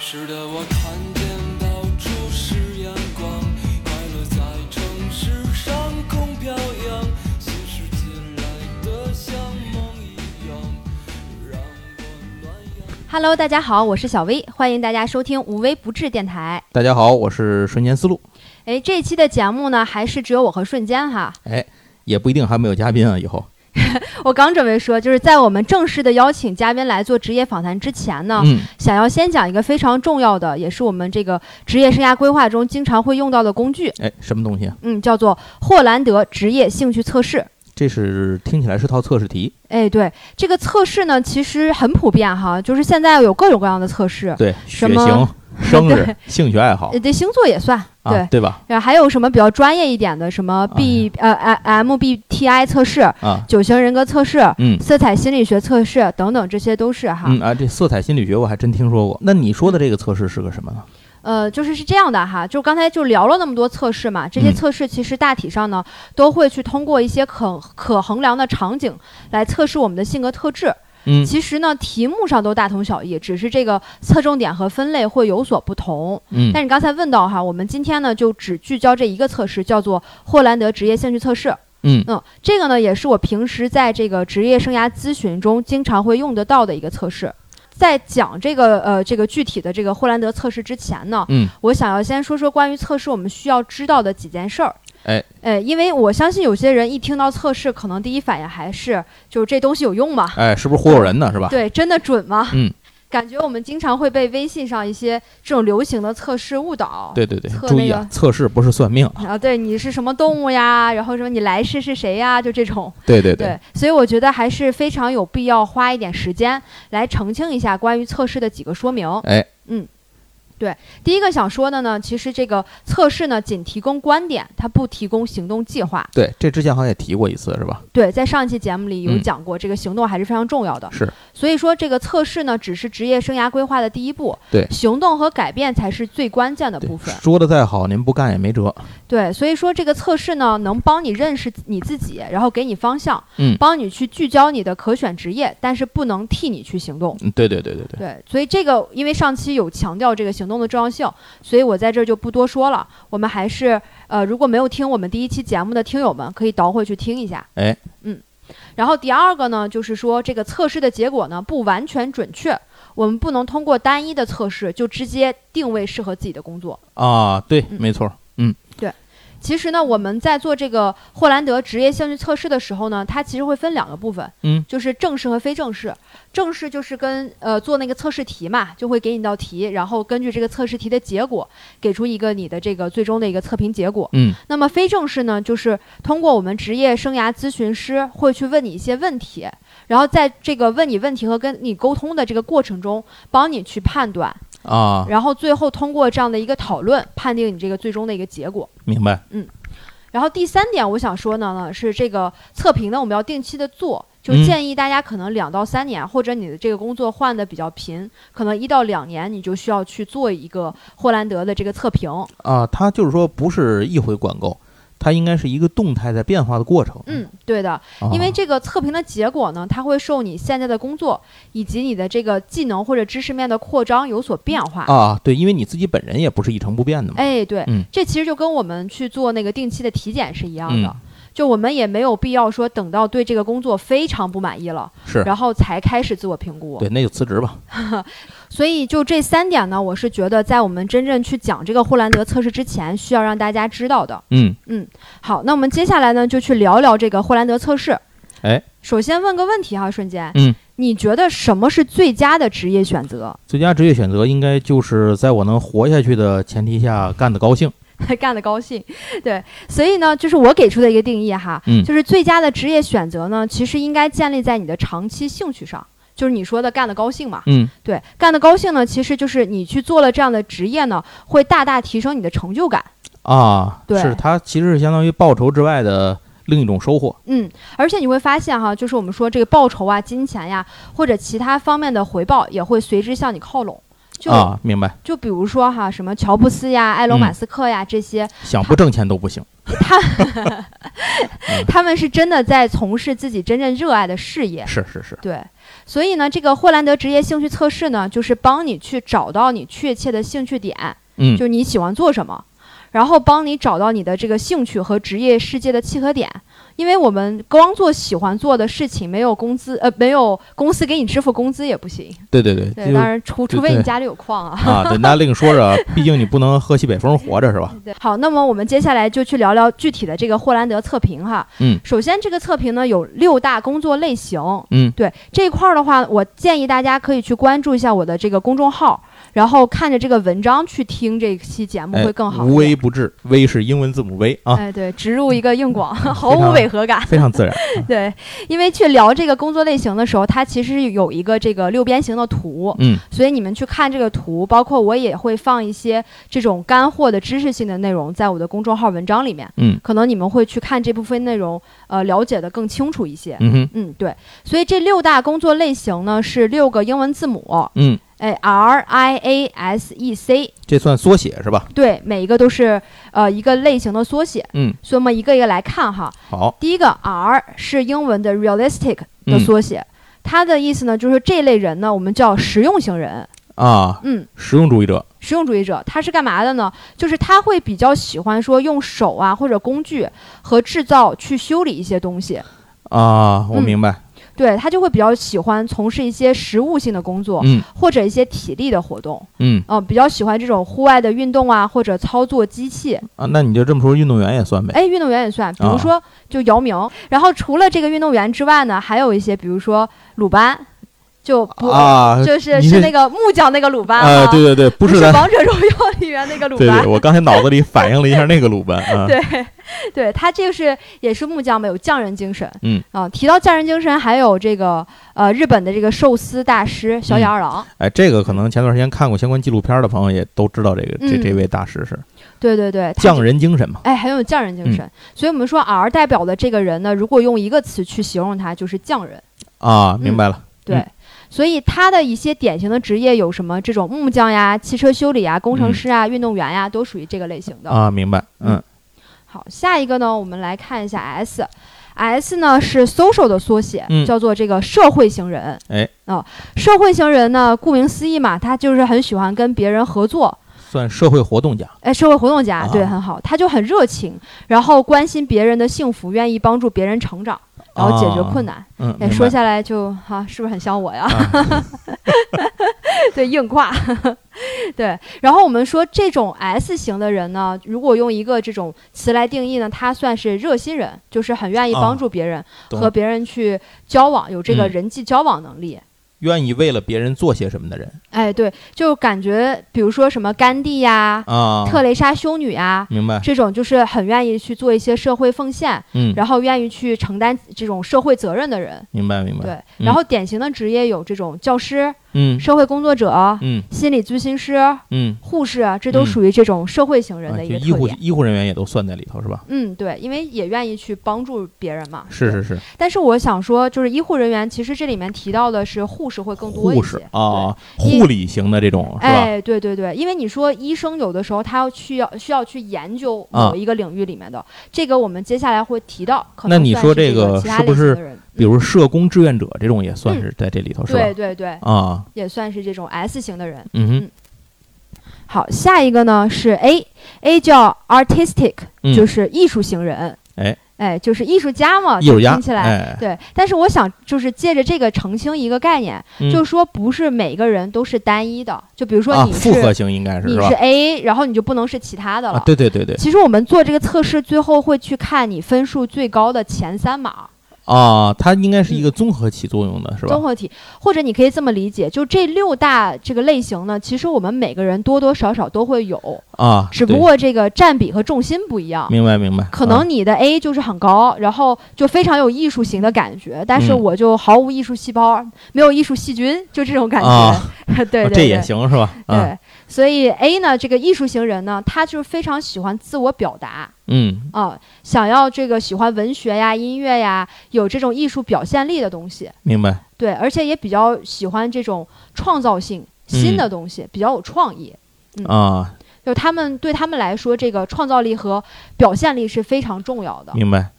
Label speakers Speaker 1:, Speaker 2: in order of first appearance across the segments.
Speaker 1: 是的，我看见到处是阳光，快乐在城市上空飘扬，心事进来的像梦一样，让我暖洋。
Speaker 2: Hello，大家好，我是小薇，欢迎大家收听无微不至电台。
Speaker 3: 大家好，我是瞬间思路，
Speaker 2: 哎，这一期的节目呢，还是只有我和瞬间哈。
Speaker 3: 也不一定还没有嘉
Speaker 2: 嗯
Speaker 3: 宾啊。以后
Speaker 2: 我刚准备说，就是在我们正式的邀请嘉宾来做职业访谈之前呢，
Speaker 3: 嗯，
Speaker 2: 想要先讲一个非常重要的，也是我们这个职业生涯规划中经常会用到的工具，
Speaker 3: 哎，什么东西啊？
Speaker 2: 嗯，叫做霍兰德职业兴趣测试。
Speaker 3: 这是听起来是套测试题，
Speaker 2: 哎，对，这个测试呢，其实很普遍哈，就是现在有各种各样的测试，
Speaker 3: 对，
Speaker 2: 什
Speaker 3: 血
Speaker 2: 么
Speaker 3: 型、 生日
Speaker 2: 对、
Speaker 3: 兴趣爱好
Speaker 2: 呃，对，星座也算，对
Speaker 3: 啊，，对吧？
Speaker 2: 然后还有什么比较专业一点的，什
Speaker 3: 哦
Speaker 2: 么 B、呃呃 MBTI 测试、
Speaker 3: 啊，
Speaker 2: 九型人格测试、
Speaker 3: 嗯
Speaker 2: 色彩心理学测试等等，这些都是哈。
Speaker 3: 嗯啊，这色彩心理学我还真听说过。那你说的这个测试是个什么呢？
Speaker 2: 呃，就是是这样的哈，就刚才就聊了那么多测试嘛，这些
Speaker 3: 嗯
Speaker 2: 测试其实大体上呢，都会去通过一些可可衡量的场景来测试我们的性格特质。
Speaker 3: 嗯
Speaker 2: 其实呢，题目上都大同小异，只是这个侧重点和分类会有所不同。
Speaker 3: 嗯
Speaker 2: 但是你刚才问到哈，我们今天呢就只聚焦这一个测试，叫做霍兰德职业兴趣测试。
Speaker 3: 嗯
Speaker 2: 嗯，这个呢也是我平时在这个职业生涯咨询中经常会用得到的一个测试。在讲这个呃这个具体的这个霍兰德测试之前呢，
Speaker 3: 嗯，
Speaker 2: 我想要先说说关于测试我们需要知道的几件事儿。
Speaker 3: 哎，
Speaker 2: 呃，因为我相信有些人一听到测试，可能第一反应还是就是这东西有用吗？
Speaker 3: 哎，是不是忽悠人呢？是吧？
Speaker 2: 对，真的准吗？
Speaker 3: 嗯，
Speaker 2: 感觉我们经常会被微信上一些这种流行的测试误导。
Speaker 3: 对对对
Speaker 2: 测，
Speaker 3: 注意啊
Speaker 2: 那个，
Speaker 3: 测试不是算命啊。
Speaker 2: 啊，对，你是什么动物呀？然后什么你来世是谁呀？就这种。
Speaker 3: 对对
Speaker 2: 对，所以我觉得还是非常有必要花一点时间来澄清一下关于测试的几个说明。
Speaker 3: 哎，
Speaker 2: 嗯，对，第一个想说的呢，其实这个测试呢仅提供观点，它不提供行动计划。
Speaker 3: 对，这之前好像也提过一次，是吧？
Speaker 2: 对，在上一期节目里有
Speaker 3: 嗯
Speaker 2: 讲过，这个行动还是非常重要的。
Speaker 3: 是，
Speaker 2: 所以说这个测试呢，只是职业生涯规划的第一步，
Speaker 3: 对
Speaker 2: 行动和改变才是最关键的
Speaker 3: 对
Speaker 2: 部，分。
Speaker 3: 说的再好，您不干也没辙。
Speaker 2: 对，所以说这个测试呢，能帮你认识你自己，然后给你方向，
Speaker 3: 嗯
Speaker 2: 帮你去聚焦你的可选职业，但是不能替你去行动。
Speaker 3: 嗯对对对对对，
Speaker 2: 对，所以这个因为上期有强调这个行动的重要性，所以我在这儿就不多说了。我们还是呃，如果没有听我们第一期节目的听友们，可以倒回去听一下。
Speaker 3: 哎，
Speaker 2: 嗯。然后第二个呢，就是说这个测试的结果呢不完全准确，我们不能通过单一的测试就直接定位适合自己的工作。
Speaker 3: 啊，对，
Speaker 2: 嗯
Speaker 3: 没错。
Speaker 2: 其实呢，我们在做这个霍兰德职业兴趣测试的时候呢，它其实会分两个部分，
Speaker 3: 嗯，
Speaker 2: 就是正式和非正式。正式就是跟呃做那个测试题嘛，就会给你一道题，然后根据这个测试题的结果，给出一个你的这个最终的一个测评结果。
Speaker 3: 嗯
Speaker 2: 那么非正式呢，就是通过我们职业生涯咨询师会去问你一些问题，然后在这个问你问题和跟你沟通的这个过程中，帮你去判断，
Speaker 3: 啊，
Speaker 2: 然后最后通过这样的一个讨论，判定你这个最终的一个结果。
Speaker 3: 明白。
Speaker 2: 然后第三点，我想说呢呢是这个测评呢，我们要定期的做，就
Speaker 3: 嗯
Speaker 2: 建议大家可能两到三年，或者你的这个工作换的比较频，可能一到两年你就需要去做一个霍兰德的这个测评。
Speaker 3: 啊，它就是说不是一回管够，它应该是一个动态在变化的过程。
Speaker 2: 嗯，对的，
Speaker 3: 啊，
Speaker 2: 因为这个测评的结果呢，它会受你现在的工作以及你的这个技能或者知识面的扩张有所变化。
Speaker 3: 啊，对，因为你自己本人也不是一成不变的嘛。
Speaker 2: 哎，对，
Speaker 3: 嗯
Speaker 2: 这其实就跟我们去做那个定期的体检是一样的。
Speaker 3: 嗯
Speaker 2: 就我们也没有必要说等到对这个工作非常不满意了，
Speaker 3: 是
Speaker 2: 然后才开始自我评估。
Speaker 3: 对，那就辞职吧。
Speaker 2: 所以就这三点呢，我是觉得在我们真正去讲这个霍兰德测试之前，需要让大家知道的。
Speaker 3: 嗯，
Speaker 2: 好，那我们接下来呢，就去聊聊这个霍兰德测试。
Speaker 3: 哎，
Speaker 2: 首先问个问题哈，瞬间，
Speaker 3: 嗯，
Speaker 2: 你觉得什么是最佳的职业选择？
Speaker 3: 最佳职业选择应该就是在我能活下去的前提下干得高兴。
Speaker 2: 干得高兴，对，所以呢，就是我给出的一个定义哈，
Speaker 3: 嗯
Speaker 2: 就是最佳的职业选择呢，其实应该建立在你的长期兴趣上，就是你说的干得高兴嘛，
Speaker 3: 嗯
Speaker 2: 对，干得高兴呢，其实就是你去做了这样的职业呢，会大大提升你的成就感。
Speaker 3: 啊，
Speaker 2: 对
Speaker 3: 是它其实是相当于报酬之外的另一种收获。
Speaker 2: 嗯，而且你会发现哈，就是我们说这个报酬啊、金钱呀，或者其他方面的回报也会随之向你靠拢。就、
Speaker 3: 啊，明白，嗯
Speaker 2: 就比如说哈，什么乔布斯呀、埃隆·马斯克呀、这些，
Speaker 3: 想不挣钱都不行。
Speaker 2: 他们是真的在从事自己真正热爱的事业。
Speaker 3: 是是是，
Speaker 2: 对，所以呢，这个霍兰德职业兴趣测试呢，就是帮你去找到你确切的兴趣点，
Speaker 3: 嗯，
Speaker 2: 就是你喜欢做什么，然后帮你找到你的这个兴趣和职业世界的契合点。因为我们光做喜欢做的事情，没有工资，呃，没有公司给你支付工资也不行。
Speaker 3: 对对对，
Speaker 2: 对，
Speaker 3: 就
Speaker 2: 当然除除
Speaker 3: 对
Speaker 2: 非你
Speaker 3: 对
Speaker 2: 家里有矿啊。
Speaker 3: 啊，对，那另说着啊，毕竟你不能喝西北风活着是吧？
Speaker 2: 对，好，那么我们接下来就去聊聊具体的这个霍兰德测评哈。
Speaker 3: 嗯
Speaker 2: 首先这个测评呢有六大工作类型。
Speaker 3: 嗯
Speaker 2: 对这一块儿的话，我建议大家可以去关注一下我的这个公众号，然后看着这个文章去听这期节目
Speaker 3: 哎
Speaker 2: 嗯会更好一点。
Speaker 3: 无微不至，微是英文字母 V 啊，
Speaker 2: 哎，对，植入一个硬广， 毫
Speaker 3: 嗯非常
Speaker 2: 无违和感。
Speaker 3: 非常 自然。
Speaker 2: 对，因为去聊这个工作类型的时候，它其实有一个这个六边形的图，
Speaker 3: 嗯，
Speaker 2: 所以你们去看这个图，包括我也会放一些这种干货的知识性的内容在我的公众号文章里面。
Speaker 3: 嗯，
Speaker 2: 可能你们会去看这部分内容，呃，了解的更清楚一些。
Speaker 3: 嗯哼，
Speaker 2: 嗯，对，所以这六大工作类型呢是六个英文字母，
Speaker 3: 嗯，
Speaker 2: 哎，R I A S E C，
Speaker 3: 这算缩写是吧？
Speaker 2: 对，每一个都是呃一个类型的缩写。
Speaker 3: 嗯，
Speaker 2: 所以我们一个一个来看哈。
Speaker 3: 好，
Speaker 2: 第一个 R 是英文的 realistic 的
Speaker 3: 嗯
Speaker 2: 缩写，它的意思呢就是这类人呢我们叫实用型人，
Speaker 3: 啊，
Speaker 2: 嗯，
Speaker 3: 实用主义者，
Speaker 2: 实用主义者，他是干嘛的呢？就是他会比较喜欢说用手啊或者工具和制造去修理一些东西，
Speaker 3: 啊，我
Speaker 2: 嗯
Speaker 3: 明白。
Speaker 2: 对他就会比较喜欢从事一些实务性的工作。
Speaker 3: 嗯
Speaker 2: 或者一些体力的活动，
Speaker 3: 嗯
Speaker 2: 嗯、比较喜欢这种户外的运动啊，或者操作机器。
Speaker 3: 啊，那你就这么说，运动员也算呗？
Speaker 2: 哎，运动员也算，比如
Speaker 3: 啊
Speaker 2: 说就姚明。然后除了这个运动员之外呢，还有一些，比如说鲁班，就不、
Speaker 3: 啊，
Speaker 2: 就是
Speaker 3: 你
Speaker 2: 是
Speaker 3: 是
Speaker 2: 那个木匠那个鲁班
Speaker 3: 呃，对对对，不
Speaker 2: 不
Speaker 3: 是
Speaker 2: 是
Speaker 3: 咱，
Speaker 2: 王者荣耀里面那个鲁
Speaker 3: 对
Speaker 2: 班
Speaker 3: 对，。我刚才脑子里反应了一下那个鲁班 啊，
Speaker 2: 对，对他这个是也是木匠嘛，有匠人精神。
Speaker 3: 嗯
Speaker 2: 啊、提到匠人精神，还有这个呃日本的这个寿司大师小野
Speaker 3: 嗯
Speaker 2: 二郎。
Speaker 3: 哎，这个可能前段时间看过相关纪录片的朋友也都知道，这个这
Speaker 2: 嗯
Speaker 3: 这位大师是
Speaker 2: 对对对，他
Speaker 3: 匠人精神嘛？
Speaker 2: 哎，很有匠人精
Speaker 3: 嗯
Speaker 2: 神。所以我们说 R 代表的这个人呢，如果用一个词去形容他，就是匠人。
Speaker 3: 啊，明白了。
Speaker 2: 对，
Speaker 3: 嗯
Speaker 2: 所以他的一些典型的职业有什么？这种木匠呀、汽车修理啊、工程
Speaker 3: 嗯
Speaker 2: 师啊、运动员呀，都属于这个类型的。
Speaker 3: 啊，明白，嗯
Speaker 2: 好，下一个呢，我们来看一下 S。S 呢是 social 的缩写，
Speaker 3: 嗯
Speaker 2: 叫做这个社会型人。
Speaker 3: 哎，
Speaker 2: 啊、社会型人呢，顾名思义嘛，他就是很喜欢跟别人合作，
Speaker 3: 算社会活动家，
Speaker 2: 哎，社会活动家，对，
Speaker 3: 啊
Speaker 2: 很好，他就很热情，然后关心别人的幸福，愿意帮助别人成长，然后解决困难。
Speaker 3: 嗯，
Speaker 2: 哎，
Speaker 3: 明
Speaker 2: 说
Speaker 3: 白
Speaker 2: 下来就哈、是不是很像我呀？
Speaker 3: 啊，
Speaker 2: 对，硬挂。 对，然后我们说这种 S 型的人呢，如果用一个这种词来定义呢，他算是热心人，就是很愿意帮
Speaker 3: 啊
Speaker 2: 助别人，
Speaker 3: 懂
Speaker 2: 和别人去交往，有这个
Speaker 3: 嗯
Speaker 2: 人际交往能力。
Speaker 3: 愿意为了别人做些什么的人
Speaker 2: 哎，对，就感觉比如说什么甘地呀、
Speaker 3: 啊，
Speaker 2: 特蕾莎修女呀、
Speaker 3: 明白，
Speaker 2: 这种就是很愿意去做一些社会奉献，
Speaker 3: 嗯，
Speaker 2: 然后愿意去承担这种社会责任的人。
Speaker 3: 明白明白，
Speaker 2: 对，然后典型的职业有这种教师、
Speaker 3: 嗯
Speaker 2: 社会工作者、
Speaker 3: 嗯
Speaker 2: 心理咨询师、
Speaker 3: 嗯，
Speaker 2: 护士啊，这都
Speaker 3: 嗯
Speaker 2: 属于这种社会型人
Speaker 3: 啊，
Speaker 2: 的
Speaker 3: 就
Speaker 2: 一个
Speaker 3: 医
Speaker 2: 特
Speaker 3: 护
Speaker 2: 点。
Speaker 3: 医护人员也都算在里头是吧？
Speaker 2: 嗯，对，因为也愿意去帮助别人嘛。
Speaker 3: 是
Speaker 2: 对。
Speaker 3: 是是，
Speaker 2: 但是我想说，就是医护人员，其实这里面提到的是护士会更多一
Speaker 3: 护士
Speaker 2: 些。
Speaker 3: 啊，
Speaker 2: 因为
Speaker 3: 护理型的这种是吧？
Speaker 2: 哎，对对对，因为你说医生有的时候他要去要需要去研究
Speaker 3: 啊
Speaker 2: 某一个领域里面的，这个我们接下来会提到。可
Speaker 3: 那
Speaker 2: 能
Speaker 3: 你
Speaker 2: 算
Speaker 3: 说
Speaker 2: 是
Speaker 3: 这个
Speaker 2: 其他
Speaker 3: 是
Speaker 2: 类
Speaker 3: 不
Speaker 2: 型
Speaker 3: 是
Speaker 2: 的人
Speaker 3: 比如社工志愿者这种也算
Speaker 2: 嗯
Speaker 3: 是在这里头是
Speaker 2: 对
Speaker 3: 吧？
Speaker 2: 对对，
Speaker 3: 啊，
Speaker 2: 也算是这种 S 型的人。
Speaker 3: 嗯哼，
Speaker 2: 好，下一个呢是 A，A 叫 artistic，、
Speaker 3: 嗯
Speaker 2: 就是艺术型人。
Speaker 3: 哎
Speaker 2: 哎，就是艺术家嘛，
Speaker 3: 艺术家
Speaker 2: 听起，来。
Speaker 3: 哎，
Speaker 2: 对，但是我想就是借着这个澄清一个概念，
Speaker 3: 嗯
Speaker 2: 就是说不是每个人都是单一的。就比如说
Speaker 3: 啊，
Speaker 2: 你
Speaker 3: 复
Speaker 2: 是、
Speaker 3: 合型应该是
Speaker 2: 你
Speaker 3: 吧
Speaker 2: 是？A，然后你就不能是其他的了。
Speaker 3: 啊，对对对对，
Speaker 2: 其实我们做这个测试，最后会去看你分数最高的前三码
Speaker 3: 啊，它应该是一个综合起作用的是吧
Speaker 2: 嗯综？合体，或者你可以这么理解，就这六大这个类型呢，其实我们每个人多多少少都会有。
Speaker 3: 啊，
Speaker 2: 只不
Speaker 3: 对
Speaker 2: 过这个占比和重心不一样。
Speaker 3: 明白明白，
Speaker 2: 可
Speaker 3: 啊
Speaker 2: 能你的 A 就是很高，然后就非常有艺术型的感觉，但是
Speaker 3: 嗯
Speaker 2: 我就毫无艺术细胞，没有艺术细菌，就这种感觉。
Speaker 3: 啊
Speaker 2: 对对
Speaker 3: 啊
Speaker 2: 对，
Speaker 3: 这也行是吧？
Speaker 2: 对。
Speaker 3: 啊，
Speaker 2: 所以 A 呢，这个艺术型人呢，他就是非常喜欢自我表达
Speaker 3: 嗯
Speaker 2: 啊，想要这个喜欢文学呀、音乐呀，有这种艺术表现力的东西。
Speaker 3: 明白。
Speaker 2: 对，而且也比较喜欢这种创造性、新的东西，比较有创意。嗯
Speaker 3: 啊，
Speaker 2: 就是他们对他们来说，这个创造力和表现力是非常重要的。
Speaker 3: 明白？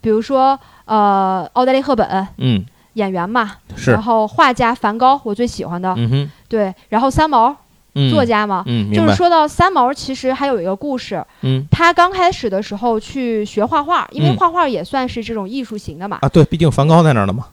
Speaker 2: 比如说，呃，奥黛丽·赫本
Speaker 3: 嗯，
Speaker 2: 演员嘛，
Speaker 3: 是
Speaker 2: 然，后画家梵高，我最喜欢的，
Speaker 3: 嗯哼，
Speaker 2: 对，然后三毛
Speaker 3: 嗯，
Speaker 2: 作，家嘛。
Speaker 3: 嗯，
Speaker 2: 就
Speaker 3: 明
Speaker 2: 是
Speaker 3: 白，
Speaker 2: 说到三毛，其实还有一个故事。
Speaker 3: 嗯
Speaker 2: 他刚开始的时候去学画画，因为
Speaker 3: 嗯
Speaker 2: 画画也算是这种艺术型的嘛。
Speaker 3: 啊，对，毕竟梵高在那儿呢嘛，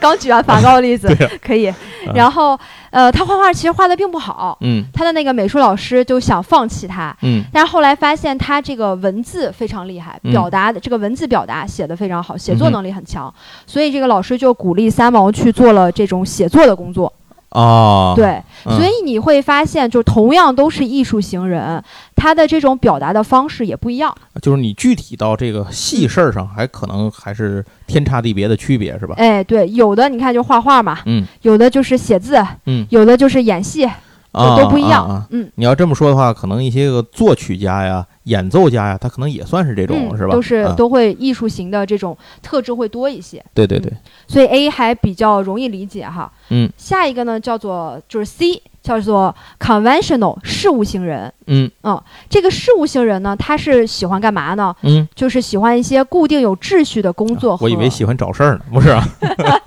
Speaker 2: 刚举完梵高的例子，
Speaker 3: 对呀啊
Speaker 2: 可以。然后，呃，他画画其实画的并不好，
Speaker 3: 嗯
Speaker 2: 他的那个美术老师就想放弃他，
Speaker 3: 嗯
Speaker 2: 但是后来发现他这个文字非常厉害，
Speaker 3: 嗯
Speaker 2: 表达的这个文字表达写的非常好，写作
Speaker 3: 嗯哼
Speaker 2: 能力很强，所以这个老师就鼓励三毛去做了这种写作的工作。
Speaker 3: 哦，
Speaker 2: 对，
Speaker 3: 嗯，
Speaker 2: 所以你会发现，就同样都是艺术型人，他的这种表达的方式也不一样。
Speaker 3: 就是你具体到这个细事儿上，还可能还是天差地别的区别，是吧？
Speaker 2: 哎，对，有的你看就画画嘛，
Speaker 3: 嗯
Speaker 2: 有的就是写字，
Speaker 3: 嗯，
Speaker 2: 有的就是演戏，
Speaker 3: 啊，
Speaker 2: 都不一样。
Speaker 3: 啊啊
Speaker 2: 嗯
Speaker 3: 你要这么说的话，可能一些个作曲家呀、演奏家呀，他可能也算是这种，
Speaker 2: 嗯，
Speaker 3: 是吧？
Speaker 2: 都是
Speaker 3: 啊
Speaker 2: 都会艺术型的这种特质会多一些。
Speaker 3: 对对对，
Speaker 2: 所以 A 还比较容易理解哈。
Speaker 3: 嗯，
Speaker 2: 下一个呢叫做就是 C，叫做 conventional 事务型人。
Speaker 3: 嗯
Speaker 2: 这个事务型人呢，他是喜欢干嘛呢？
Speaker 3: 嗯，
Speaker 2: 就是喜欢一些固定有秩序的工作和、
Speaker 3: 啊我以为喜欢找事儿呢，不是啊？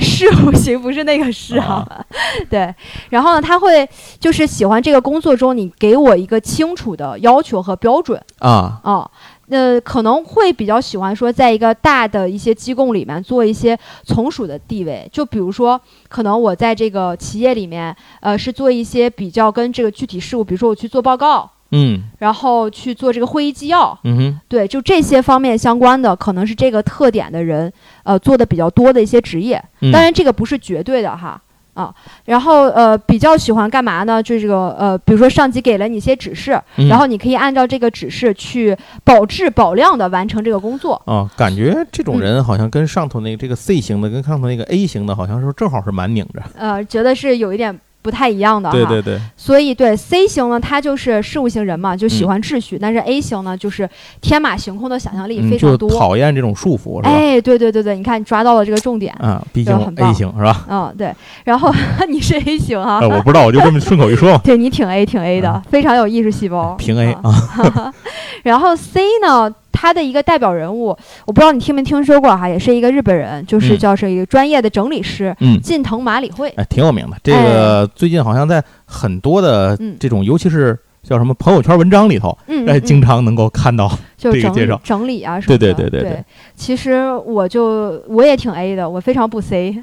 Speaker 2: 事务型不是那个事啊。 对，然后呢，他会就是喜欢这个工作中你给我一个清楚的要求和标准
Speaker 3: 啊，
Speaker 2: 啊。那可能会比较喜欢说，在一个大的一些机构里面做一些从属的地位，就比如说，可能我在这个企业里面，呃，是做一些比较跟这个具体事务，比如说我去做报告，
Speaker 3: 嗯
Speaker 2: 然后去做这个会议纪要，
Speaker 3: 嗯哼，
Speaker 2: 对，就这些方面相关的，可能是这个特点的人，呃，做的比较多的一些职业。
Speaker 3: 嗯
Speaker 2: 当然，这个不是绝对的哈。啊，然后呃，比较喜欢干嘛呢？就这个呃，比如说上级给了你一些指示，
Speaker 3: 嗯
Speaker 2: 然后你可以按照这个指示去保质保量的完成这个工作。
Speaker 3: 啊，感觉这
Speaker 2: 嗯
Speaker 3: 种人好像跟上头那个这个 C 型的跟上头那个 A 型的，好像是正好是蛮拧着。
Speaker 2: 呃，觉得是有一点不太一样的哈。
Speaker 3: 对对对，
Speaker 2: 所以对 C 型呢，他就是事务型人嘛，就
Speaker 3: 嗯
Speaker 2: 喜欢秩序；但是 A 型呢，就是天马行空的想象力
Speaker 3: 嗯，
Speaker 2: 非
Speaker 3: 就
Speaker 2: 常多。
Speaker 3: 讨厌这种束缚，是吧？
Speaker 2: 哎，对对对对，你看你抓到了这个重点。
Speaker 3: 啊，毕竟
Speaker 2: 就
Speaker 3: 我
Speaker 2: 很棒
Speaker 3: A 型是吧？
Speaker 2: 嗯，对。然后 你是 A 型啊。
Speaker 3: 哎，，我不知道，我就这么顺口一说嘛
Speaker 2: 对你挺 A 挺 A 的，
Speaker 3: 嗯
Speaker 2: 非常有艺术细胞。
Speaker 3: 平 A
Speaker 2: 啊
Speaker 3: 啊，
Speaker 2: 然后 C 呢，他的一个代表人物，我不知道你听没听说过哈，也是一个日本人，就是
Speaker 3: 嗯
Speaker 2: 叫是一个专业的整理师
Speaker 3: 嗯，
Speaker 2: 近藤麻里惠。
Speaker 3: 哎，挺有名的。这个最近好像在很多的
Speaker 2: 哎嗯
Speaker 3: 这种，尤其是叫什么朋友圈文章里头，
Speaker 2: 嗯，
Speaker 3: 哎，
Speaker 2: 嗯
Speaker 3: 经常能够看 到。
Speaker 2: 就
Speaker 3: 这个
Speaker 2: 整
Speaker 3: 介
Speaker 2: 理
Speaker 3: 绍
Speaker 2: 整理啊什么的。
Speaker 3: 对对对对对
Speaker 2: 其实我就我也挺 A 的，我非常不 C。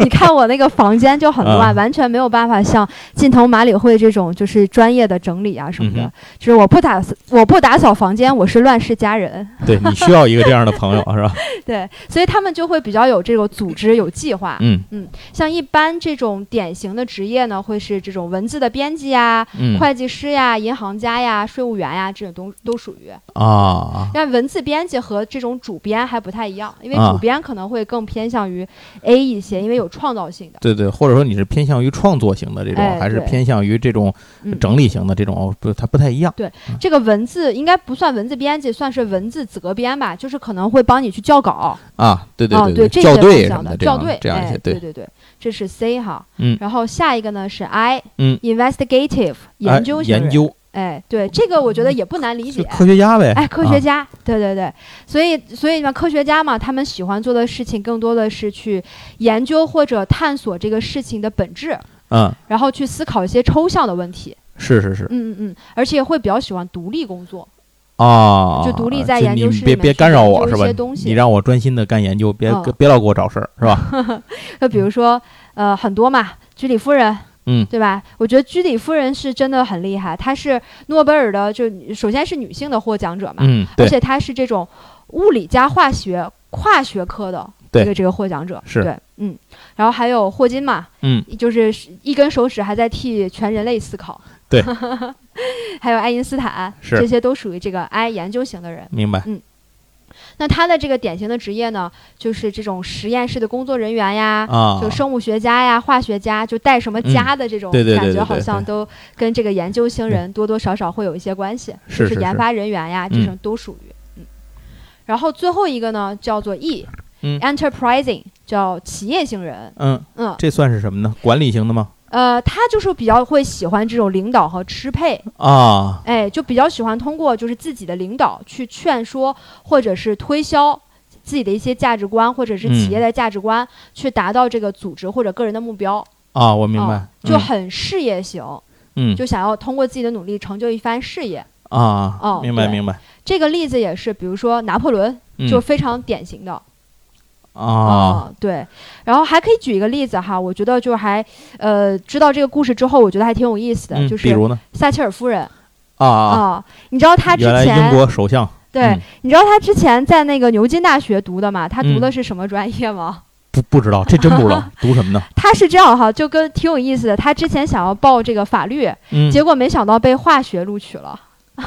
Speaker 2: 你 看我那个房间就很乱，
Speaker 3: 啊
Speaker 2: 完全没有办法像近藤麻里惠这种就是专业的整理啊什么的。
Speaker 3: 嗯哼
Speaker 2: 就是我不打扫我不打扫房间，我是乱世佳人。
Speaker 3: 对你需要一个这样的朋友是吧？
Speaker 2: 对，所以他们就会比较有这种组织有计划。
Speaker 3: 嗯
Speaker 2: 像一般这种典型的职业呢，会是这种文字的编辑啊、
Speaker 3: 嗯
Speaker 2: 会计师呀、银行家呀、税务员呀，这种都都属于。
Speaker 3: 啊，
Speaker 2: 但文字编辑和这种主编还不太一样，因为
Speaker 3: 啊
Speaker 2: 主编可能会更偏向于 A 一些，因为有创造性的。
Speaker 3: 对对，或者说你是偏向于创作型的这种，
Speaker 2: 哎
Speaker 3: 还是
Speaker 2: 对
Speaker 3: 偏向于这种
Speaker 2: 嗯，
Speaker 3: 整理型的这种，哦不，它不太一样。
Speaker 2: 这个文字应该不算文字编辑，算是文字责编吧，就是可能会帮你去校稿。
Speaker 3: 啊，对对
Speaker 2: 啊，
Speaker 3: 对，
Speaker 2: 这
Speaker 3: 校
Speaker 2: 些
Speaker 3: 对
Speaker 2: 方
Speaker 3: 什
Speaker 2: 向的
Speaker 3: 么的，这
Speaker 2: 校
Speaker 3: 样
Speaker 2: 对，
Speaker 3: 这样一
Speaker 2: 哎
Speaker 3: 些，
Speaker 2: 对
Speaker 3: 对，
Speaker 2: 对对，这是 C 哈。
Speaker 3: 嗯
Speaker 2: 然后下一个呢是 I，
Speaker 3: 嗯
Speaker 2: ，investigative
Speaker 3: 哎
Speaker 2: 研究型人
Speaker 3: 研究
Speaker 2: 哎，对，这个我觉得也不难理
Speaker 3: 就
Speaker 2: 解。
Speaker 3: 科学家呗，
Speaker 2: 哎，科学
Speaker 3: 啊
Speaker 2: 家，对对对，所以所以呢，科学家嘛，他们喜欢做的事情更多的是去研究或者探索这个事情的本质，
Speaker 3: 嗯，
Speaker 2: 然后去思考一些抽象的问题。
Speaker 3: 是是是
Speaker 2: 嗯嗯嗯，而且会比较喜欢独立工作。
Speaker 3: 啊，
Speaker 2: 就独立在研究室
Speaker 3: 你别
Speaker 2: 里面
Speaker 3: 别
Speaker 2: 去
Speaker 3: 干扰
Speaker 2: 研究
Speaker 3: 我是
Speaker 2: 一
Speaker 3: 吧
Speaker 2: 些东？西
Speaker 3: 你让我专心的干研究，别
Speaker 2: 嗯
Speaker 3: 别老给我找事儿是 吧？
Speaker 2: 就比如说，呃，很多嘛，居里夫人。
Speaker 3: 嗯
Speaker 2: 对吧？我觉得居里夫人是真的很厉害，她是诺贝尔的，就首先是女性的获奖者嘛，
Speaker 3: 嗯，
Speaker 2: 而
Speaker 3: 对，
Speaker 2: 且她是这种物理加化学跨学科的
Speaker 3: 对
Speaker 2: 一个这个获奖者，
Speaker 3: 是
Speaker 2: 对，嗯，然后还有霍金嘛，
Speaker 3: 嗯，
Speaker 2: 就是一根手指还在替全人类思考，
Speaker 3: 对，
Speaker 2: 还有爱因斯坦，
Speaker 3: 是
Speaker 2: 这些都属于这个 I 研究型的人。
Speaker 3: 明白。
Speaker 2: 那他的这个典型的职业呢，就是这种实验室的工作人员呀，
Speaker 3: 啊，
Speaker 2: 就生物学家呀、化学家，就带什么家的这种、
Speaker 3: 嗯对对对
Speaker 2: 感
Speaker 3: 对
Speaker 2: 觉，
Speaker 3: 对嗯
Speaker 2: 好像都跟这个研究型人多多少少会有一些关系，
Speaker 3: 是
Speaker 2: 就是研
Speaker 3: 是
Speaker 2: 发人员呀，这
Speaker 3: 嗯
Speaker 2: 种都属于。嗯，然后最后一个呢，叫做 E，enterprising，、
Speaker 3: 嗯
Speaker 2: enterprising，叫企业型人。
Speaker 3: 嗯，
Speaker 2: 嗯，
Speaker 3: 这算是什么呢？管理型的吗？
Speaker 2: 呃，他就是比较会喜欢这种领导和支配，
Speaker 3: 啊，
Speaker 2: 哎，就比较喜欢通过就是自己的领导去劝说或者是推销自己的一些价值观或者是企业
Speaker 3: 嗯
Speaker 2: 的价值观，去达到这个组织或者个人的目标。
Speaker 3: 啊，我明白，
Speaker 2: 啊就很事业型，
Speaker 3: 嗯
Speaker 2: 就想要通过自己的努力成就一番事业。
Speaker 3: 嗯啊，
Speaker 2: 哦
Speaker 3: 明白
Speaker 2: 对
Speaker 3: 明白，
Speaker 2: 这个例子也是，比如说拿破仑
Speaker 3: 嗯
Speaker 2: 就非常典型的
Speaker 3: 啊，
Speaker 2: 嗯对。然后还可以举一个例子哈，我觉得就还呃，知道这个故事之后，我觉得还挺有意思的，
Speaker 3: 嗯
Speaker 2: 就
Speaker 3: 比
Speaker 2: 是
Speaker 3: 如呢
Speaker 2: 撒切尔夫人
Speaker 3: 啊，
Speaker 2: 啊、你知道她之
Speaker 3: 原来
Speaker 2: 前
Speaker 3: 英国首相
Speaker 2: 对、
Speaker 3: 嗯
Speaker 2: 你知道他之前在那个牛津大学读的嘛？他读
Speaker 3: 嗯
Speaker 2: 的是什么专业吗？
Speaker 3: 不不知道，这真不 知道读什么呢？
Speaker 2: 他是这样哈，就跟挺有意思的。他之前想要报这个法律，
Speaker 3: 嗯，
Speaker 2: 结果没想到被化学录取了。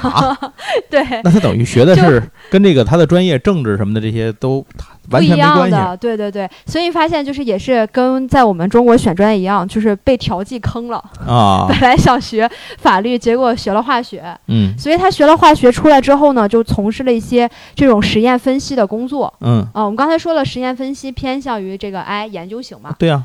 Speaker 2: 对，
Speaker 3: 啊那他等于学的
Speaker 2: 就是
Speaker 3: 跟这个他的专业政治什么的这些都
Speaker 2: 不
Speaker 3: 完
Speaker 2: 一
Speaker 3: 全没
Speaker 2: 样
Speaker 3: 关系
Speaker 2: 的，对对对。所以发现就是也是跟在我们中国选专业一样，就是被调剂坑了。
Speaker 3: 啊，
Speaker 2: 本来想学法律，结果学了化学。
Speaker 3: 嗯
Speaker 2: 所以他学了化学出来之后呢，就从事了一些这种实验分析的工作。
Speaker 3: 嗯，
Speaker 2: 啊、我们刚才说了，实验分析偏向于这个 I 研究型嘛。
Speaker 3: 对啊，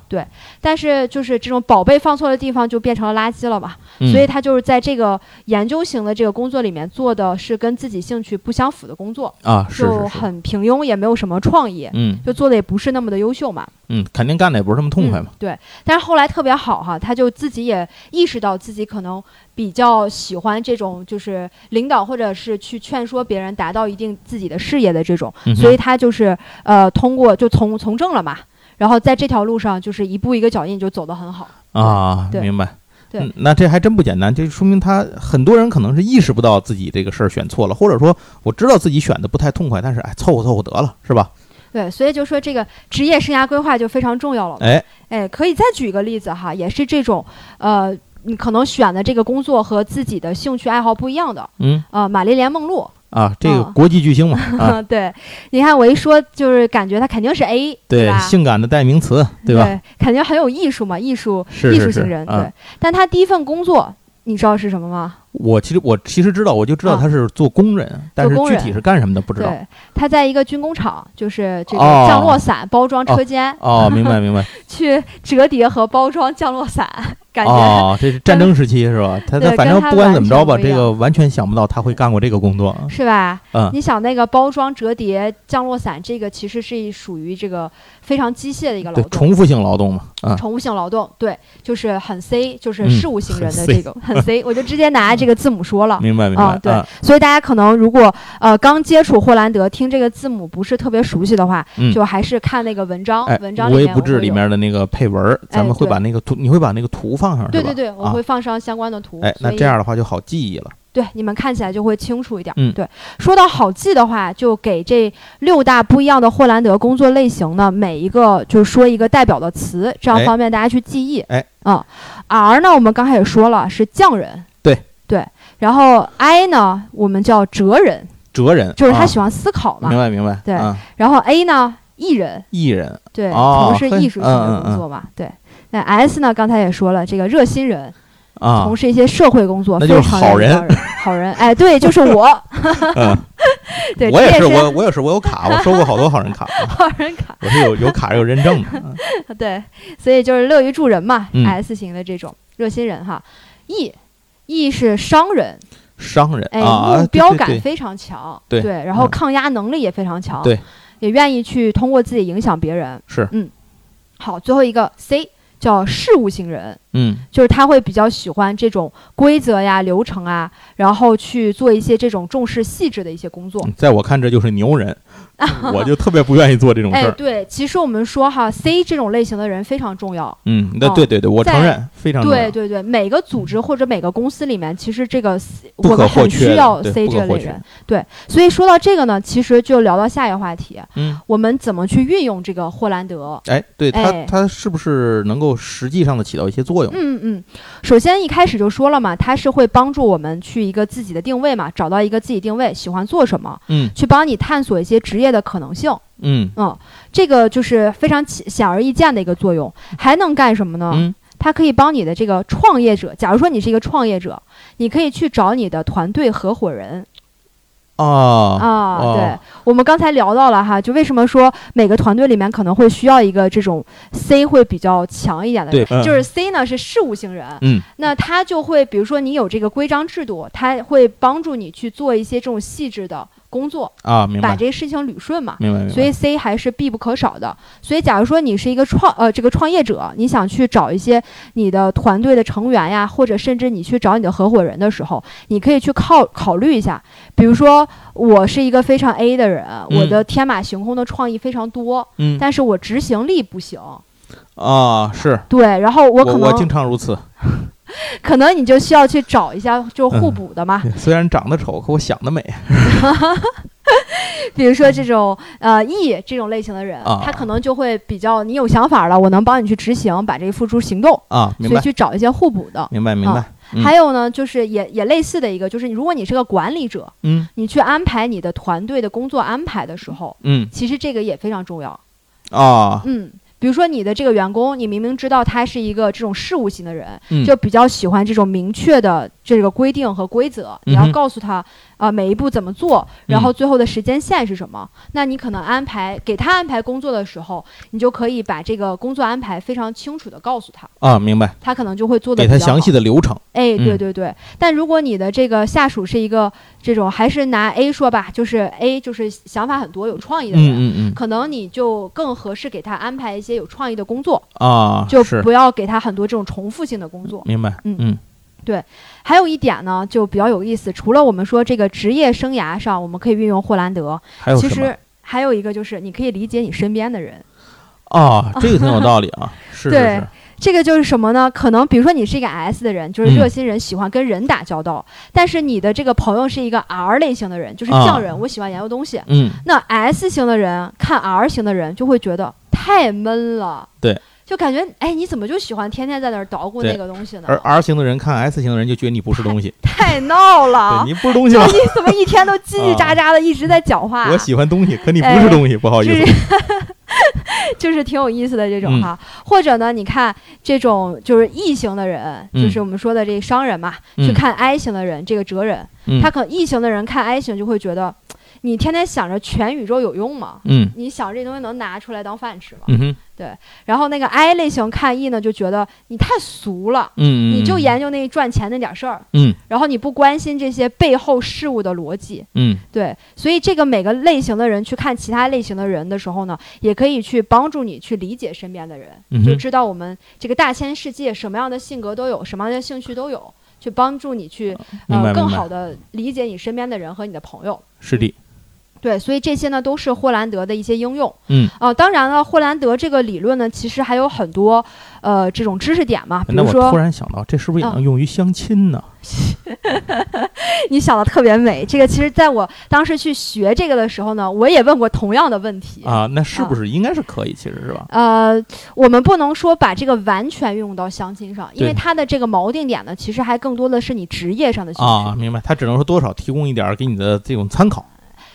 Speaker 2: 但是就是这种宝贝放错的地方就变成了垃圾了嘛，
Speaker 3: 嗯
Speaker 2: 所以他就是在这个研究型的这个工作里面做的是跟自己兴趣不相符的工作，
Speaker 3: 啊是
Speaker 2: 就是
Speaker 3: 是，
Speaker 2: 很平庸，也没有什么创意，
Speaker 3: 嗯
Speaker 2: 就做的也不是那么的优秀嘛。
Speaker 3: 嗯，肯定干的也不是那么痛快嘛
Speaker 2: 嗯，对，但是后来特别好哈，他就自己也意识到自己可能比较喜欢这种就是领导或者是去劝说别人达到一定自己的事业的这种，
Speaker 3: 嗯哼
Speaker 2: 所以他就是呃通过就从从政了嘛。然后在这条路上，就是一步一个脚印就走得很好。
Speaker 3: 啊，
Speaker 2: 对
Speaker 3: 明白。
Speaker 2: 对
Speaker 3: 嗯那这还真不简单，这说明他很多人可能是意识不到自己这个事儿选错了，或者说我知道自己选的不太痛快，但是哎，凑合凑合得了，是吧？
Speaker 2: 对，所以就说这个职业生涯规划就非常重要了嘛。
Speaker 3: 哎，
Speaker 2: 哎，可以再举一个例子哈，也是这种，呃，你可能选的这个工作和自己的兴趣爱好不一样的。
Speaker 3: 嗯
Speaker 2: 呃，玛丽莲梦露，
Speaker 3: 啊，这个
Speaker 2: 嗯
Speaker 3: 国际巨星嘛， 啊，
Speaker 2: 对，你看我一说就是感觉她肯定是 A，
Speaker 3: 对
Speaker 2: 吧，？
Speaker 3: 性感的代名词，对吧？
Speaker 2: 肯定很有艺术嘛，艺术
Speaker 3: 是
Speaker 2: 艺
Speaker 3: 是
Speaker 2: 术
Speaker 3: 是
Speaker 2: 型人，
Speaker 3: 啊
Speaker 2: 对。但她第一份工作，你知道是什么吗？
Speaker 3: 我其实我其实知道，我就知道
Speaker 2: 啊
Speaker 3: 他是做工人，但是
Speaker 2: 做工
Speaker 3: 具
Speaker 2: 人
Speaker 3: 体是干什么的不知道。
Speaker 2: 对，她在一个军工厂，就是这个
Speaker 3: 哦
Speaker 2: 降落伞包装车间，
Speaker 3: 哦，明白明白。
Speaker 2: 去折叠和包装降落伞，感觉、
Speaker 3: 哦，这是战争时期是吧？他
Speaker 2: 对
Speaker 3: 他反
Speaker 2: 跟
Speaker 3: 正
Speaker 2: 他
Speaker 3: 不管
Speaker 2: 完
Speaker 3: 怎么
Speaker 2: 全
Speaker 3: 着吧，
Speaker 2: 不一
Speaker 3: 这个完全想不到他会干过这个工作。
Speaker 2: 是吧？
Speaker 3: 嗯
Speaker 2: 你想那个包装、折叠、降落伞，这个其实是属于这个非常机械的一个劳
Speaker 3: 啊对，
Speaker 2: 动，
Speaker 3: 重复性劳动嘛，啊，
Speaker 2: 重复性劳动，对，就是很 C，就是
Speaker 3: 嗯
Speaker 2: 事务型人的
Speaker 3: 很 C
Speaker 2: 这个、很 C，我就直接拿这个字母说了。
Speaker 3: 明白明白。
Speaker 2: 啊、对，
Speaker 3: 啊
Speaker 2: 所以大家可能如果呃刚接触霍兰德，听这个字母不是特别熟悉的话，
Speaker 3: 嗯
Speaker 2: 就还是看那个文章，
Speaker 3: 哎，
Speaker 2: 哦文章
Speaker 3: 无
Speaker 2: 里
Speaker 3: 微
Speaker 2: 面
Speaker 3: 不
Speaker 2: 我
Speaker 3: 至
Speaker 2: 会
Speaker 3: 里
Speaker 2: 有，
Speaker 3: 面的那个配文儿，咱
Speaker 2: 哎
Speaker 3: 们会
Speaker 2: 对
Speaker 3: 把那个图，你会把那个图放上，
Speaker 2: 对
Speaker 3: 是吧
Speaker 2: 对对，我
Speaker 3: 啊
Speaker 2: 会放上相关的图。
Speaker 3: 哎，那
Speaker 2: 所以
Speaker 3: 这样的话就好记忆了。
Speaker 2: 对，你们看起来就会清楚一点。
Speaker 3: 嗯
Speaker 2: 对。说到好记的话，就给这六大不一样的霍兰德工作类型呢，每一个就说一个代表的词，这样
Speaker 3: 哎
Speaker 2: 方便大家去记忆。
Speaker 3: 哎，
Speaker 2: 嗯，R 呢，我们刚才也说了是匠人。
Speaker 3: 对
Speaker 2: 对，然后 I 呢，我们叫哲人，
Speaker 3: 哲人
Speaker 2: 就是他
Speaker 3: 啊
Speaker 2: 喜欢思考嘛。
Speaker 3: 明白明白，
Speaker 2: 对
Speaker 3: 啊
Speaker 2: 然后 A 呢，艺人，
Speaker 3: 艺人
Speaker 2: 对，
Speaker 3: 哦
Speaker 2: 从事
Speaker 3: 嘿
Speaker 2: 艺术性
Speaker 3: 嗯嗯
Speaker 2: 的
Speaker 3: 嗯
Speaker 2: 工作嘛。对。那 S 呢，刚才也说了，这个热心人，
Speaker 3: 啊
Speaker 2: 从，事一些社会工作，
Speaker 3: 那就是
Speaker 2: 非常
Speaker 3: 好
Speaker 2: 乐于
Speaker 3: 人
Speaker 2: 帮人，好人。哎，对，就是我。
Speaker 3: 嗯
Speaker 2: 对，
Speaker 3: 我
Speaker 2: 这
Speaker 3: 也是，
Speaker 2: 是
Speaker 3: 我我也是，我有卡，我收过好多好人卡，啊
Speaker 2: 好人卡，
Speaker 3: 我是有有卡有认证的。 啊
Speaker 2: 对，所以就是乐于助人嘛、
Speaker 3: 嗯
Speaker 2: s 型的这种热心人哈。E E 是商人，
Speaker 3: 商人
Speaker 2: 哎，
Speaker 3: 啊，
Speaker 2: 目
Speaker 3: 对
Speaker 2: 标
Speaker 3: 对
Speaker 2: 感
Speaker 3: 对
Speaker 2: 非常强，
Speaker 3: 对
Speaker 2: 然后
Speaker 3: 嗯
Speaker 2: 抗压能力也非常强，
Speaker 3: 对，
Speaker 2: 也愿意去通过自己影响别人。嗯
Speaker 3: 是，
Speaker 2: 好，最后一个 C 叫事务型人，
Speaker 3: 嗯
Speaker 2: 就是他会比较喜欢这种规则呀、流程啊，然后去做一些这种重视细致的一些工作。
Speaker 3: 在我看这就是 牛人，我就特别不愿意做这种事
Speaker 2: 哎，
Speaker 3: 儿。
Speaker 2: 对，其实我们说哈，C 这种类型的人非常重要，
Speaker 3: 嗯，那对对对，我
Speaker 2: 哦在
Speaker 3: 承认非常重
Speaker 2: 对
Speaker 3: 要，
Speaker 2: 对对，每个组织或者每个公司里面，其实这个 C-
Speaker 3: 嗯不
Speaker 2: 我
Speaker 3: 可
Speaker 2: 们
Speaker 3: 或
Speaker 2: 很
Speaker 3: 缺
Speaker 2: 需要
Speaker 3: 的，对，
Speaker 2: C
Speaker 3: 不
Speaker 2: 这
Speaker 3: 可或
Speaker 2: 类
Speaker 3: 缺
Speaker 2: 人。。所以说到这个呢，其实就聊到下一个话题，
Speaker 3: 嗯，
Speaker 2: 我们怎么去运用这个霍兰德？
Speaker 3: 哎，对它
Speaker 2: 哎
Speaker 3: 它是不是能够实际上的起到一些作用？
Speaker 2: 嗯嗯，首先一开始就说了嘛，它是会帮助我们去一个自己的定位嘛，找到一个自己定位，喜欢做什么，
Speaker 3: 嗯
Speaker 2: 去帮你探索一些职业的可能性。
Speaker 3: 嗯
Speaker 2: 这个就是非常起显而易见的一个作用。还能干什么呢？
Speaker 3: 嗯
Speaker 2: 它可以帮你的这个创业者，假如说你是一个创业者，你可以去找你的团队合伙人，
Speaker 3: 啊
Speaker 2: 啊，对
Speaker 3: 哦，
Speaker 2: 我们刚才聊到了哈，就为什么说每个团队里面可能会需要一个这种 C 会比较强一点的
Speaker 3: 对
Speaker 2: 人，
Speaker 3: 嗯
Speaker 2: 就是 C 呢是事务型人，
Speaker 3: 嗯
Speaker 2: 那他就会比如说你有这个规章制度，他会帮助你去做一些这种细致的工作，
Speaker 3: 啊，明
Speaker 2: 把
Speaker 3: 白
Speaker 2: 这个事情捋顺嘛。
Speaker 3: 明白明白。
Speaker 2: 所以 C 还是必不可少的。所以，假如说你是一个创呃这个创业者，你想去找一些你的团队的成员呀，或者甚至你去找你的合伙人的时候，你可以去考考虑一下。比如说，我是一个非常 A 的人，我的天马行空的创意非常多，
Speaker 3: 嗯
Speaker 2: 但是我执行力不行。
Speaker 3: 啊，是
Speaker 2: 对，然后我
Speaker 3: 我
Speaker 2: 可
Speaker 3: 我经
Speaker 2: 能
Speaker 3: 常如此，
Speaker 2: 可能你就需要去找一下就是
Speaker 3: 嗯
Speaker 2: 互补的嘛，
Speaker 3: 虽然长得丑，可我想得美
Speaker 2: 比如说这种呃 E 这种类型的人，
Speaker 3: 啊
Speaker 2: 他可能就会比较你有想法了，我能帮你去执行，把这个付诸行动。
Speaker 3: 啊，明
Speaker 2: 所以啊
Speaker 3: 白
Speaker 2: 去找一些互补的。
Speaker 3: 明白明白，嗯
Speaker 2: 还有呢，就是也也类似的一个，就是如果你是个管理者，
Speaker 3: 嗯
Speaker 2: 你去安排你的团队的工作安排的时候，
Speaker 3: 嗯
Speaker 2: 其实这个也非常重要。
Speaker 3: 啊，
Speaker 2: 嗯，比如说你的这个员工，你明明知道他是一个这种事务型的人，
Speaker 3: 嗯
Speaker 2: 就比较喜欢这种明确的这个规定和规则，你
Speaker 3: 嗯
Speaker 2: 要
Speaker 3: 哼
Speaker 2: 告诉他啊、每一步怎么做，然
Speaker 3: 嗯
Speaker 2: 后最后的时间线是什么。那你可能安排给他安排工作的时候，你就可以把这个工作安排非常清楚的告诉他，
Speaker 3: 啊，明白，
Speaker 2: 他可能就会做的
Speaker 3: 给
Speaker 2: 比较
Speaker 3: 他
Speaker 2: 好
Speaker 3: 详。细的流程
Speaker 2: 哎，对
Speaker 3: 嗯
Speaker 2: 对对，但如果你的这个下属是一个这种，还是拿 A 说吧，就是 A 就是想法很多、有创意的人，
Speaker 3: 嗯嗯嗯
Speaker 2: 可能你就更合适给他安排一些有创意的工作，
Speaker 3: 啊，
Speaker 2: 就是不要给他很多这种重复性的工作。
Speaker 3: 明白，
Speaker 2: 嗯
Speaker 3: 嗯
Speaker 2: 还有一点呢，就比较有意思，除了我们说这个职业生涯上，我们可以运用霍兰德，
Speaker 3: 还有
Speaker 2: 其
Speaker 3: 什么
Speaker 2: 实还有一个就是你可以理解你身边的人。
Speaker 3: 啊？这个挺有道理 啊，是是
Speaker 2: 对
Speaker 3: 是，
Speaker 2: 这个就是什么呢？可能比如说你是一个 S 的人，就是
Speaker 3: 嗯
Speaker 2: 热心人，喜欢跟人打交道，但是你的这个朋友是一个 R 类型的人，就是
Speaker 3: 啊
Speaker 2: 匠人，我喜欢研究东西。
Speaker 3: 嗯
Speaker 2: 那 S 型的人看 R 型的人就会觉得太闷了，
Speaker 3: 对，
Speaker 2: 就感觉哎，你怎么就喜欢天天在那儿捣鼓
Speaker 3: 对
Speaker 2: 那个东西呢？
Speaker 3: 而 R 型的人看 S 型的人就觉得你不是东西，
Speaker 2: 太闹
Speaker 3: 对
Speaker 2: 了，
Speaker 3: 你不是东西
Speaker 2: 就
Speaker 3: 吧？
Speaker 2: 你怎么一天都叽叽喳喳的一直在讲话？
Speaker 3: 我喜欢东西，可你
Speaker 2: 哎
Speaker 3: 不是东西，不好意
Speaker 2: 就是
Speaker 3: 思。
Speaker 2: 就是挺有意思的这种
Speaker 3: 哦嗯
Speaker 2: 哈。或者呢，你看这种就是 E 型的人，
Speaker 3: 嗯
Speaker 2: 就是我们说的这商人嘛，
Speaker 3: 嗯
Speaker 2: 去看 I 型的人，这个哲人，
Speaker 3: 嗯
Speaker 2: 他可能 E 型的人看 I 型就会觉得，你天天想着全宇宙有用吗？
Speaker 3: 嗯
Speaker 2: 你想这东西能拿出来当饭吃吗？
Speaker 3: 嗯哼
Speaker 2: 然后那个 I 类型看 E 呢，就觉得你太俗了，
Speaker 3: 嗯，
Speaker 2: 你就研究那赚钱那点事儿，
Speaker 3: 嗯
Speaker 2: 然后你不关心这些背后事物的逻辑，
Speaker 3: 嗯
Speaker 2: 对，所以这个每个类型的人去看其他类型的人的时候呢，也可以去帮助你去理解身边的人，
Speaker 3: 嗯
Speaker 2: 就
Speaker 3: 哼
Speaker 2: 知道我们这个大千世界什么样的性格都有，什么样的兴趣都有，去帮助你去
Speaker 3: 哦明白
Speaker 2: 呃更
Speaker 3: 明白
Speaker 2: 好的理解你身边的人和你的朋友。
Speaker 3: 是的，
Speaker 2: 对，所以这些呢都是霍兰德的一些应用。
Speaker 3: 嗯
Speaker 2: 啊、当然了，霍兰德这个理论呢，其实还有很多呃这种知识点嘛，比
Speaker 3: 哎那
Speaker 2: 如
Speaker 3: 我突
Speaker 2: 说
Speaker 3: 然想到，这是不是也
Speaker 2: 嗯
Speaker 3: 能用于相亲呢？
Speaker 2: 你想的特别美，这个其实在我当时去学这个的时候呢，我也问过同样的问题。
Speaker 3: 啊，那是
Speaker 2: 嗯
Speaker 3: 不是应该是可以？其实是吧？
Speaker 2: 呃，我们不能说把这个完全运用到相亲上，因为
Speaker 3: 对
Speaker 2: 它的这个锚定点呢，其实还更多的是你职业上的兴趣。
Speaker 3: 啊，明白。他只能说多少提供一点儿给你的这种参考。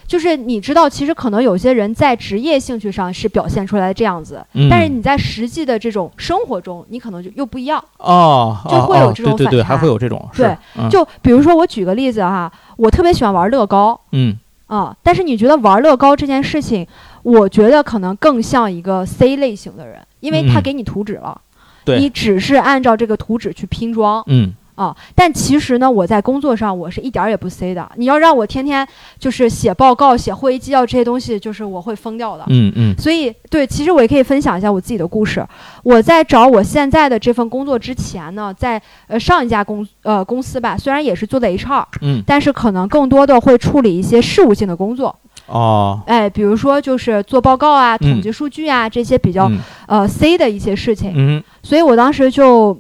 Speaker 2: 就是你知道，其实可能有些人在职业兴趣上是表现出来这样子，
Speaker 3: 嗯，
Speaker 2: 但是你在实际的这种生活中，你可能就又不一样。
Speaker 3: 哦，
Speaker 2: 就会有
Speaker 3: 哦
Speaker 2: 这种
Speaker 3: 对对对，
Speaker 2: 反差
Speaker 3: 还会有这种是
Speaker 2: 对
Speaker 3: 嗯
Speaker 2: 就比如说我举个例子哈，我特别喜欢玩乐高
Speaker 3: 嗯
Speaker 2: 啊、但是你觉得玩乐高这件事情，我觉得可能更像一个 C 类型的人，因为他
Speaker 3: 嗯
Speaker 2: 给你图纸了，
Speaker 3: 对
Speaker 2: 你只是按照这个图纸去拼装。
Speaker 3: 嗯
Speaker 2: 啊、但其实呢，我在工作上我是一点儿也不 C 的。你要让我天天就是写报告、写会议纪要这些东西，就是我会疯掉的。
Speaker 3: 嗯嗯
Speaker 2: 所以，对，其实我也可以分享一下我自己的故事。我在找我现在的这份工作之前呢，在呃上一家公呃公司吧，虽然也是做的 HR，
Speaker 3: 嗯
Speaker 2: 但是可能更多的会处理一些事务性的工作，
Speaker 3: 哦，
Speaker 2: 哎，比如说就是做报告啊、
Speaker 3: 嗯
Speaker 2: 统计数据啊、这些比较、
Speaker 3: 嗯
Speaker 2: 呃 C 的一些事情。
Speaker 3: 嗯
Speaker 2: 所以我当时就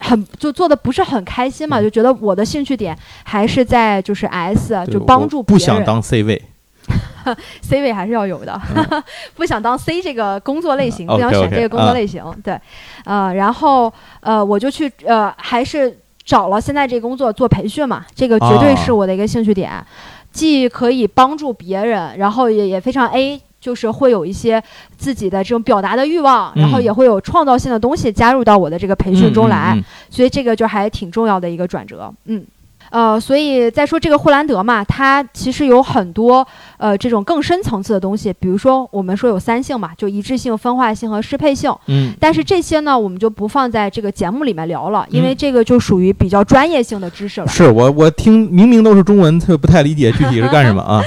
Speaker 2: 很就做的不是很开心嘛，
Speaker 3: 嗯
Speaker 2: 就觉得我的兴趣点还是在就是 S，啊呃
Speaker 3: 对
Speaker 2: 就
Speaker 3: 我
Speaker 2: 帮助别
Speaker 3: 不
Speaker 2: 人。
Speaker 3: 想当 C 位
Speaker 2: C 位还是要有的，
Speaker 3: 嗯
Speaker 2: 不想当 C 这个工作类型，
Speaker 3: 嗯
Speaker 2: 不想选
Speaker 3: OK，OK，嗯
Speaker 2: 这个工作类型。对，呃，然后呃，我就去呃，还是找了现在这个工作做培训嘛，这个绝对
Speaker 3: 啊
Speaker 2: 是我的一个兴趣点，既可以帮助别人，然后也也非常 A。就是会有一些自己的这种表达的欲望，然后
Speaker 3: 嗯
Speaker 2: 也会有创造性的东西加入到我的这个培训中来。
Speaker 3: 嗯嗯嗯
Speaker 2: 所以这个就还挺重要的一个转折。嗯，呃，所以再说这个霍兰德嘛，它其实有很多呃这种更深层次的东西，比如说我们说有三性嘛，就一致性、分化性和适配性。
Speaker 3: 嗯，
Speaker 2: 但是这些呢，我们就不放在这个节目里面聊了，因为
Speaker 3: 嗯
Speaker 2: 这个就属于比较专业性的知 识了。
Speaker 3: 是我我听明明都是中文，特别不太理解具体是干什么啊？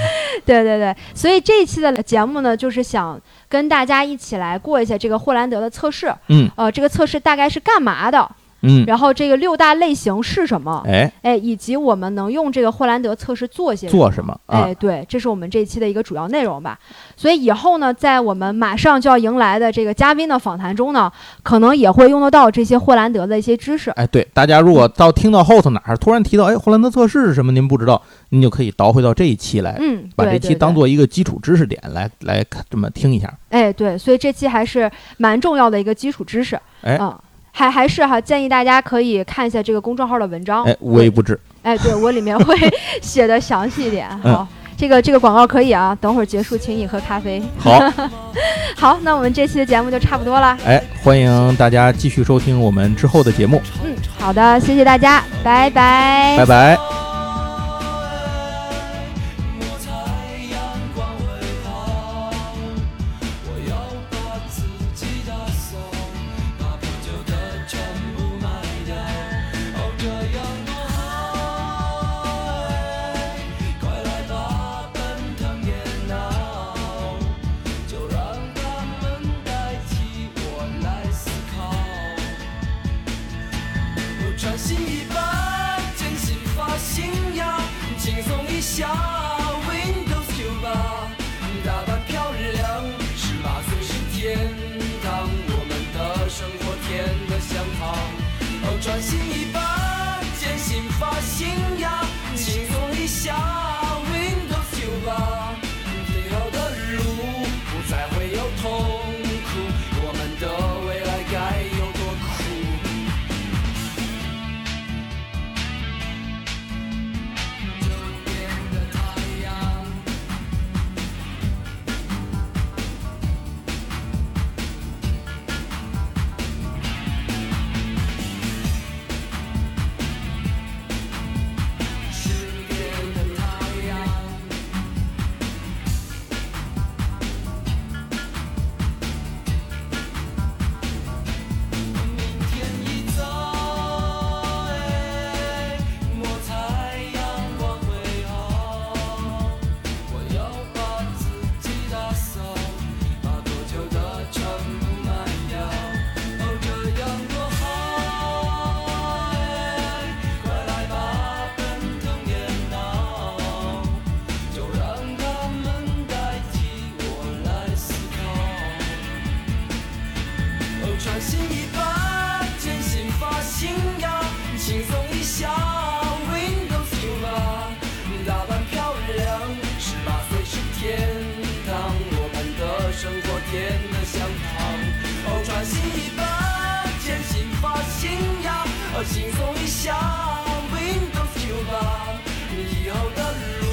Speaker 2: 对对对，所以这一期的节目呢，就是想跟大家一起来过一下这个霍兰德的测试。
Speaker 3: 嗯，
Speaker 2: 呃，这个测试大概是干嘛的？
Speaker 3: 嗯，
Speaker 2: 然后这个六大类型是什么？
Speaker 3: 哎，
Speaker 2: 哎，以及我们能用这个霍兰德测试做些
Speaker 3: 做什么啊？
Speaker 2: 哎，对，这是我们这一期的一个主要内容吧。所以以后呢，在我们马上就要迎来的这个嘉宾的访谈中呢，可能也会用得到这些霍兰德的一些知识。
Speaker 3: 哎，对，大家如
Speaker 2: 嗯
Speaker 3: 果到听到后头哪儿突然提到，哎，霍兰德测试是什么，您不知道，您就可以倒回到这一期来，
Speaker 2: 嗯，
Speaker 3: 把这
Speaker 2: 对
Speaker 3: 期
Speaker 2: 对
Speaker 3: 当
Speaker 2: 对
Speaker 3: 做一个基础知识点来来看这么听一下。
Speaker 2: 哎，对，所以这期还是蛮重要的一个基础知识。
Speaker 3: 哎
Speaker 2: 嗯，还还是哈，建议大家可以看一下这个公众号的文章。
Speaker 3: 哎，无微不至。
Speaker 2: 哎，对我里面会 写的详细一点。
Speaker 3: 嗯
Speaker 2: 好，这个这个广告可以啊，等会儿结束请你喝咖啡。
Speaker 3: 好，
Speaker 2: 好，那我们这期的节目就差不多了。
Speaker 3: 哎，欢迎大家继续收听我们之后的 节目，
Speaker 2: 嗯，好的，谢谢大家，拜拜
Speaker 3: 拜拜。
Speaker 1: 我猜阳光会好，我要把自己打扫，把不久的全部卖掉。哦，这样多好！快来吧，奔腾电脑，就让他们代替我来思考。我穿新衣吧，剪新发型呀，轻松一下，Windows 九八，打扮漂亮，十八岁是天堂，我们的生活甜得像糖。哦，穿新衣吧，剪新发型呀，轻松一下，Windows 九八，最后的路不再会有痛苦，我们的未来该有多酷？九点的太阳，十点的太阳，明天一早。我猜阳光会好，我要把自己打扫，把多久的全部卖掉。哦，这样多好！快来吧，奔腾电脑，就让他们代替我来思考。哦，穿新衣吧，剪新发型呀，轻松一下，Windows 九八，打扮漂亮，十八岁是天堂，我们的生活甜得像糖。哦，穿新衣吧，剪新发型呀，哦，轻松一下，Windows 九八，以后的路